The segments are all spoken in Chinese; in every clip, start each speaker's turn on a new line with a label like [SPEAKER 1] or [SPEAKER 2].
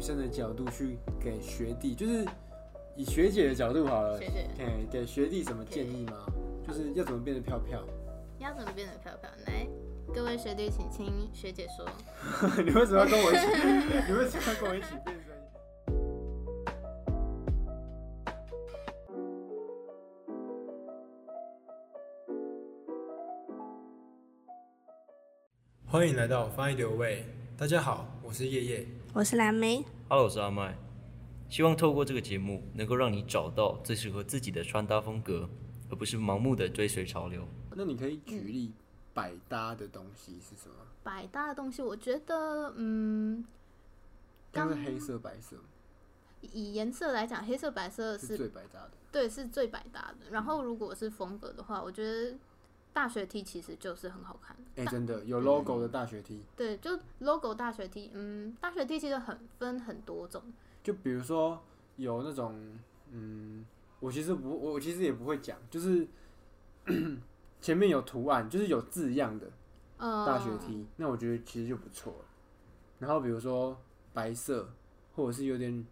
[SPEAKER 1] 生的角度去给学弟，就是以学姐的角度好了，
[SPEAKER 2] 学姐
[SPEAKER 1] 给给学弟什么建议吗？就是要怎么变得飘飘？
[SPEAKER 2] 要怎么变得漂漂？来，各位学弟，请听学姐说。
[SPEAKER 1] 你为什么要跟我一起？ 你为什么要跟我一起变声？
[SPEAKER 3] 欢迎来到 Find Your Way。大家好，我是叶叶。
[SPEAKER 4] 我是蓝莓，
[SPEAKER 5] Hello，我是阿麦，希望透过这个节目，能够让你找到最适合自己的穿搭风格，而不是盲目的追随潮流。
[SPEAKER 1] 那你可以举例百搭的东西是什么？
[SPEAKER 2] 百搭的东西，我觉得，嗯，
[SPEAKER 1] 像
[SPEAKER 2] 刚
[SPEAKER 1] 是黑色、白色
[SPEAKER 2] 以颜色来讲，黑色、白色
[SPEAKER 1] 是
[SPEAKER 2] 是
[SPEAKER 1] 最百搭的。
[SPEAKER 2] 对是最百搭的。然后如果是风格的话，我觉得大学 T 其实就是很好看的。
[SPEAKER 1] 哎、真的有 logo 的大学 T，
[SPEAKER 2] 对，就 logo 大学 T，嗯，大学 T 其实很分很多种，
[SPEAKER 1] 就比如说有那种，嗯，我其实不，我我其实也不会讲，就是 前面有图案，就是有字样的
[SPEAKER 2] 呃，
[SPEAKER 1] 大学 T，、那我觉得其实就不错了。然后比如说白色，或者是有点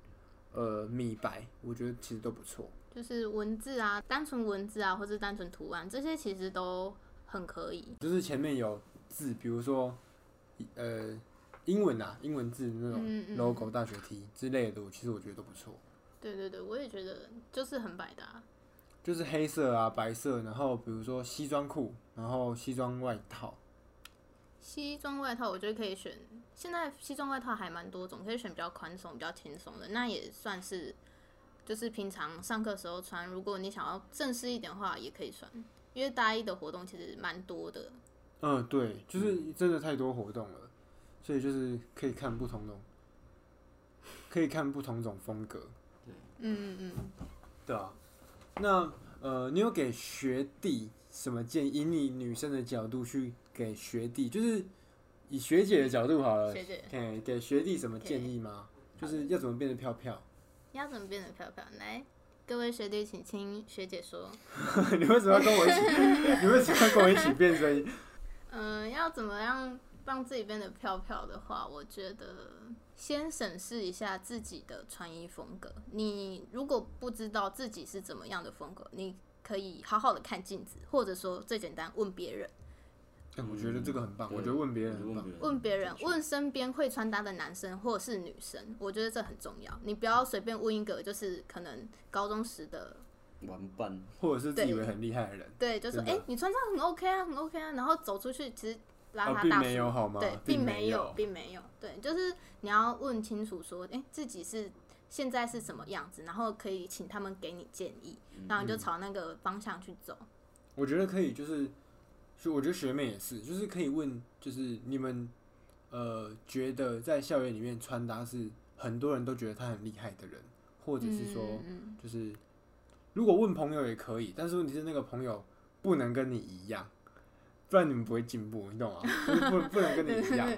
[SPEAKER 1] 呃米白，我觉得其实都不错。
[SPEAKER 2] 就是文字啊，单纯文字啊，或是单纯图案，这些其实都很可以。
[SPEAKER 1] 就是前面有字，比如说呃英文啊，英文字那
[SPEAKER 2] 嗯
[SPEAKER 1] 种
[SPEAKER 2] 嗯
[SPEAKER 1] logo 大学 T 之类的，我其实我觉得都不错。
[SPEAKER 2] 对对对，我也觉得就是很百搭。
[SPEAKER 1] 就是黑色啊、白色，然后比如说西装裤，然后西装外套，
[SPEAKER 2] 西装外套我觉得可以选，现在西装外套还蛮多种，可以选比较宽松、比较轻松的，那也算是就是平常上课时候穿。如果你想要正式一点的话，也可以穿，因为大一的活动其实蛮多的。
[SPEAKER 1] 嗯，对，就是真的太多活动了，所以就是可以看不同种，可以看不同种风格，
[SPEAKER 2] 嗯嗯嗯，
[SPEAKER 1] 对啊。那呃，你有给学弟什么建议？以你女生的角度去给学弟，就是以学姐的角度好了，
[SPEAKER 2] 学姐
[SPEAKER 1] 给给学弟什么建议吗？就是要怎么变得飘飘？
[SPEAKER 2] 要怎么变得漂漂？来，各位学弟，请听学姐说。
[SPEAKER 1] 你为什么要跟我一 起？你为什么要跟我一起变声音？
[SPEAKER 2] 嗯，要怎么样让自己变得飘飘的话，我觉得先审视一下自己的穿衣风格。你如果不知道自己是怎么样的风格，你可以好好的看镜子，或者说最简单问别人，
[SPEAKER 1] 哎我觉得这个很棒，我觉得问别人很棒。
[SPEAKER 5] 嗯
[SPEAKER 2] 问别人，问身边会穿搭的男生或者是女生，我觉得这很重要。你不要随便问一个，就是可能高中时的
[SPEAKER 5] 玩伴，
[SPEAKER 1] 或者是自以为很厉害的人，
[SPEAKER 2] 对，就说
[SPEAKER 1] 真
[SPEAKER 2] 哎、
[SPEAKER 1] 的
[SPEAKER 2] 诶你穿上很 OK 啊，很 OK 啊，然后走出去，其实邋
[SPEAKER 1] 啊
[SPEAKER 2] 遢
[SPEAKER 1] 并
[SPEAKER 2] 大叔、
[SPEAKER 1] 没有好吗
[SPEAKER 2] 对，
[SPEAKER 1] 并
[SPEAKER 2] 并
[SPEAKER 1] 没
[SPEAKER 2] 没
[SPEAKER 1] 有
[SPEAKER 2] 并没有，对，就是你要问清楚说，哎、自己是现在是什么样子，然后可以请他们给你建议，
[SPEAKER 1] 嗯
[SPEAKER 2] 然后你就朝那个方向去走。
[SPEAKER 1] 我觉得可以，就是，就我觉得学妹也是，就是可以问，就是你们呃觉得在校园里面穿搭是很多人都觉得他很厉害的人，或者是说，
[SPEAKER 2] 嗯
[SPEAKER 1] 就是如果问朋友也可以，但是问题是那个朋友不能跟你一样，不然你们不会进步，你懂吗？就是不不能跟你一样。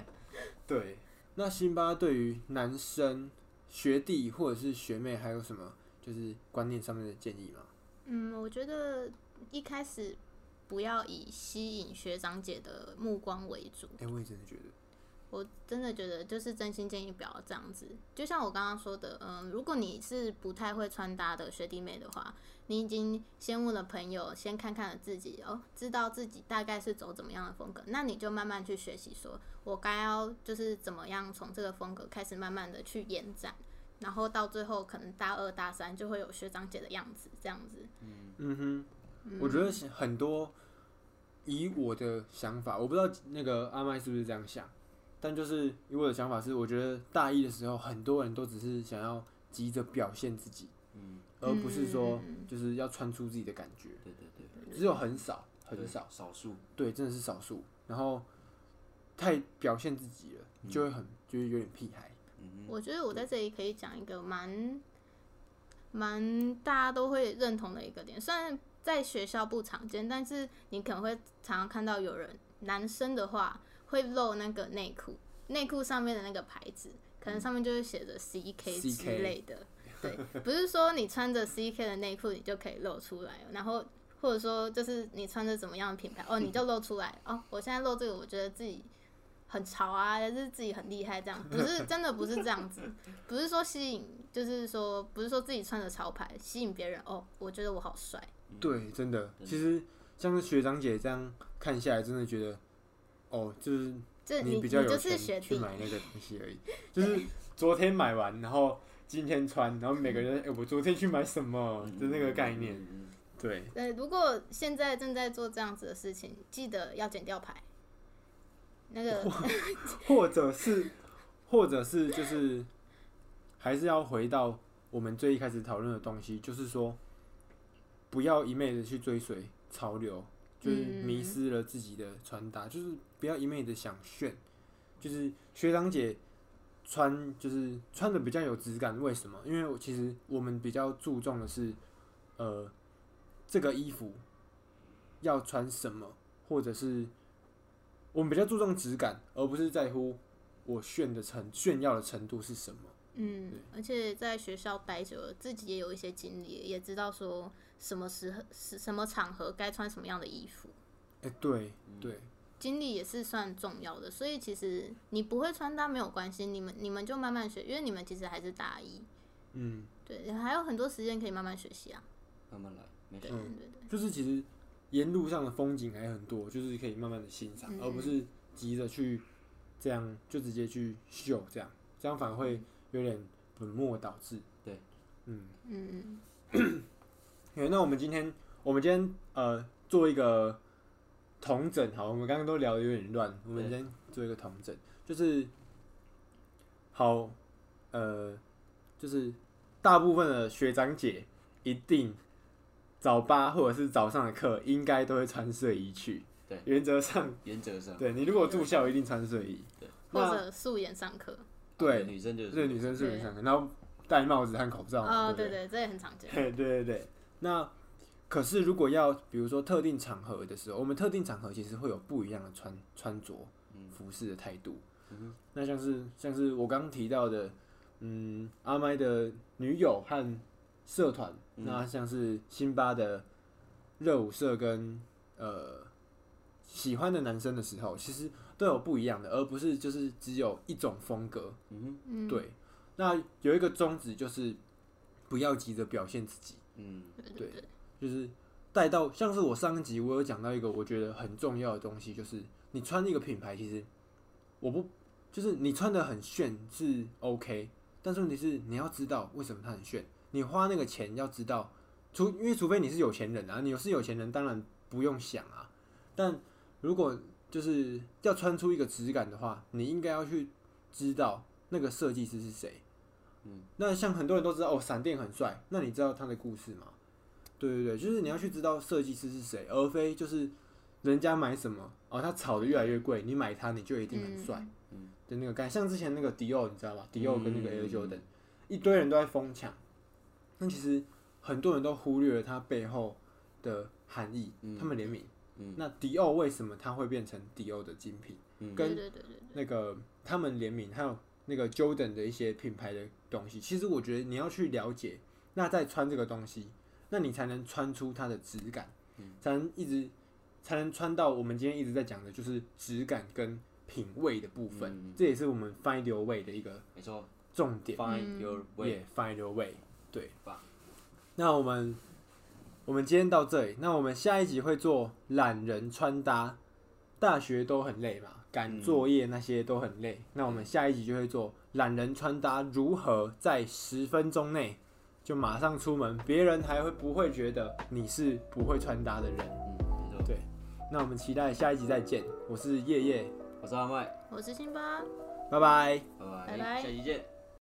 [SPEAKER 1] 对，那辛巴对于男生学弟或者是学妹还有什么就是观念上面的建议吗？
[SPEAKER 2] 嗯，我觉得一开始不要以吸引学长姐的目光为主，
[SPEAKER 1] 哎、我也真的觉得。
[SPEAKER 2] 我真的觉得就是真心建议不要这样子。就像我刚刚说的，嗯，如果你是不太会穿搭的学弟妹的话，你已经先问了朋友，先看看了自己哦，知道自己大概是走怎么样的风格，那你就慢慢去学习，说我该要就是怎么样从这个风格开始慢慢的去延展。然后到最后，可能大二大三就会有学长姐的样子，这样子。
[SPEAKER 1] 嗯哼，我觉得是很多以我的想法，我不知道那个阿麦是不是这样想，但就是以我的想法是，我觉得大一的时候，很多人都只是想要急着表现自己，嗯，而不是说就是要穿出自己的感觉，
[SPEAKER 5] 对对对，
[SPEAKER 1] 只有很少很少，
[SPEAKER 5] 少数，
[SPEAKER 1] 对，真的是少数，然后太表现自己了，就会很就是有点屁孩，
[SPEAKER 2] 我觉得我在这里可以讲一个蛮蛮大家都会认同的一个点，虽然在学校不常见，但是你可能会常常看到有人男生的话会露那个内裤，内裤上面的那个牌子，可能上面就会写着 CK 之类的。对，不是说你穿着 CK 的内裤你就可以露出来，哦然后或者说就是你穿着怎么样的品牌哦，你就露出来哦。我现在露这个，我觉得自己很潮啊，就是自己很厉害这样，不是真的不是这样子，不是说吸引，就是说不是说自己穿着潮牌吸引别人哦，我觉得我好帅，
[SPEAKER 5] 嗯
[SPEAKER 1] 对，真的，其实像是学长姐这样看下来，真的觉得，哦，就是
[SPEAKER 2] 这
[SPEAKER 1] 你
[SPEAKER 2] 你
[SPEAKER 1] 比较有
[SPEAKER 2] 就是学
[SPEAKER 1] 钱去
[SPEAKER 2] 弟，
[SPEAKER 1] 买那个东西 而已，就是昨天买完，然后今天穿，然后每个人，哎、我昨天去买什么的那个概念，对，
[SPEAKER 2] 呃，如果现在正在做这样子的事情，记得要剪掉牌。那个
[SPEAKER 1] 或者是，或者是就是，还是要回到我们最一开始讨论的东西，就是说，不要一昧的去追随潮流，就是迷
[SPEAKER 2] 嗯
[SPEAKER 1] 失了自己的穿搭，就是不要一昧的想炫，就是学长姐穿就是穿的比较有质感，为什么？因为我其实我们比较注重的是，呃，这个衣服要穿什么，或者是我们比较注重质感，而不是在乎我炫的程炫耀的程度是什么。
[SPEAKER 2] 嗯，而且在学校待久了，自己也有一些经历，也知道说什么时候、什什么场合该穿什么样的衣服，
[SPEAKER 1] 哎、对对，
[SPEAKER 2] 经历也是算重要的。所以其实你不会穿搭没有关系，你们你们就慢慢学，因为你们其实还是大一，
[SPEAKER 1] 嗯，
[SPEAKER 2] 对，还有很多时间可以慢慢学习啊。
[SPEAKER 4] 慢慢来，没事
[SPEAKER 2] 对。
[SPEAKER 1] 嗯
[SPEAKER 2] 对对，
[SPEAKER 1] 就是其实沿路上的风景还很多，就是可以慢慢的欣赏，
[SPEAKER 2] 嗯
[SPEAKER 1] 而不是急着去这样就直接去秀这样，这样反而会有点本末倒置。
[SPEAKER 4] 对，
[SPEAKER 1] 嗯，
[SPEAKER 2] 嗯，
[SPEAKER 1] OK，那我们今天我们今天呃做一个统整，好，我们刚刚都聊的有点乱，我们今
[SPEAKER 4] 对
[SPEAKER 1] 天做一个统整，就是好呃，就是大部分的学长姐一定早八或者是早上的课应该都会穿睡衣去，
[SPEAKER 4] 对
[SPEAKER 1] 原则上
[SPEAKER 4] 原则上，
[SPEAKER 1] 对你如果住校一定穿睡衣，
[SPEAKER 4] 对
[SPEAKER 2] 或
[SPEAKER 1] 那
[SPEAKER 2] 者素颜上课，
[SPEAKER 1] 对
[SPEAKER 4] 女生就是
[SPEAKER 1] 对女生睡衣上，然后戴帽子和口罩嘛，
[SPEAKER 2] 哦，
[SPEAKER 1] 对不
[SPEAKER 2] 对对，这也很常 见。
[SPEAKER 1] 对对对，那可是如果要比如说特定场合的时候，我们特定场合其实会有不一样的穿穿着、服饰的态度。那像是像是我刚刚提到的，嗯，阿麦的女友和社团，那像是辛巴的热舞社跟呃喜欢的男生的时候，其实都有不一样的，而不是就是只有一种风格。
[SPEAKER 2] 嗯，
[SPEAKER 1] 对，那有一个宗旨就是不要急着表现自己，
[SPEAKER 4] 嗯，
[SPEAKER 2] 对对
[SPEAKER 1] 对
[SPEAKER 2] 对，
[SPEAKER 1] 就是带到像是我上一集我有讲到一个我觉得很重要的东西，就是你穿一个品牌，其实我不就是你穿的很炫是 OK，但是问题是你要知道为什么它很炫，你花那个钱要知道，除因为除非你是有钱人啊，你是有钱人当然不用想啊，但如果就是要穿出一个质感的话，你应该要去知道那个设计师是谁。嗯，那像很多人都知道哦，闪电很帅，那你知道他的故事吗？对对对，就是你要去知道设计师是谁，而非就是人家买什么哦，他炒的越来越贵，你买它你就一定很帅，嗯的那个感觉。像之前那个迪奥，你知道吗？迪奥跟那个 Air Jordan，、一堆人都在疯抢，那其实很多人都忽略了它背后的含义，他们联名。那迪奥为什么它会变成迪奥的精品？跟
[SPEAKER 2] 对对对对
[SPEAKER 1] 那个他们联名还有那个 Jordan 的一些品牌的东西，其实我觉得你要去了解，那再穿这个东西，那你才能穿出它的质感，才能一直才能穿到我们今天一直在讲的就是质感跟品味的部分，这也是我们 find your way 的一个
[SPEAKER 4] 嗯没错
[SPEAKER 1] 重点。
[SPEAKER 2] 嗯
[SPEAKER 4] ，Find your way，
[SPEAKER 1] 也 find your way。对
[SPEAKER 4] 棒，
[SPEAKER 1] 那我们我们今天到这里，那我们下一集会做懒人穿搭。大学都很累嘛，赶作业那些都很
[SPEAKER 4] 嗯
[SPEAKER 1] 累。那我们下一集就会做懒人穿搭如何在十分钟内就马上出门，别人还会不会觉得你是不会穿搭的人？
[SPEAKER 4] 嗯，没错。
[SPEAKER 1] 对，那我们期待下一集再见。我是夜夜，
[SPEAKER 4] 我是阿麦，
[SPEAKER 2] 我是辛巴。
[SPEAKER 1] 拜拜。
[SPEAKER 4] 拜
[SPEAKER 2] 拜拜
[SPEAKER 4] 下期见。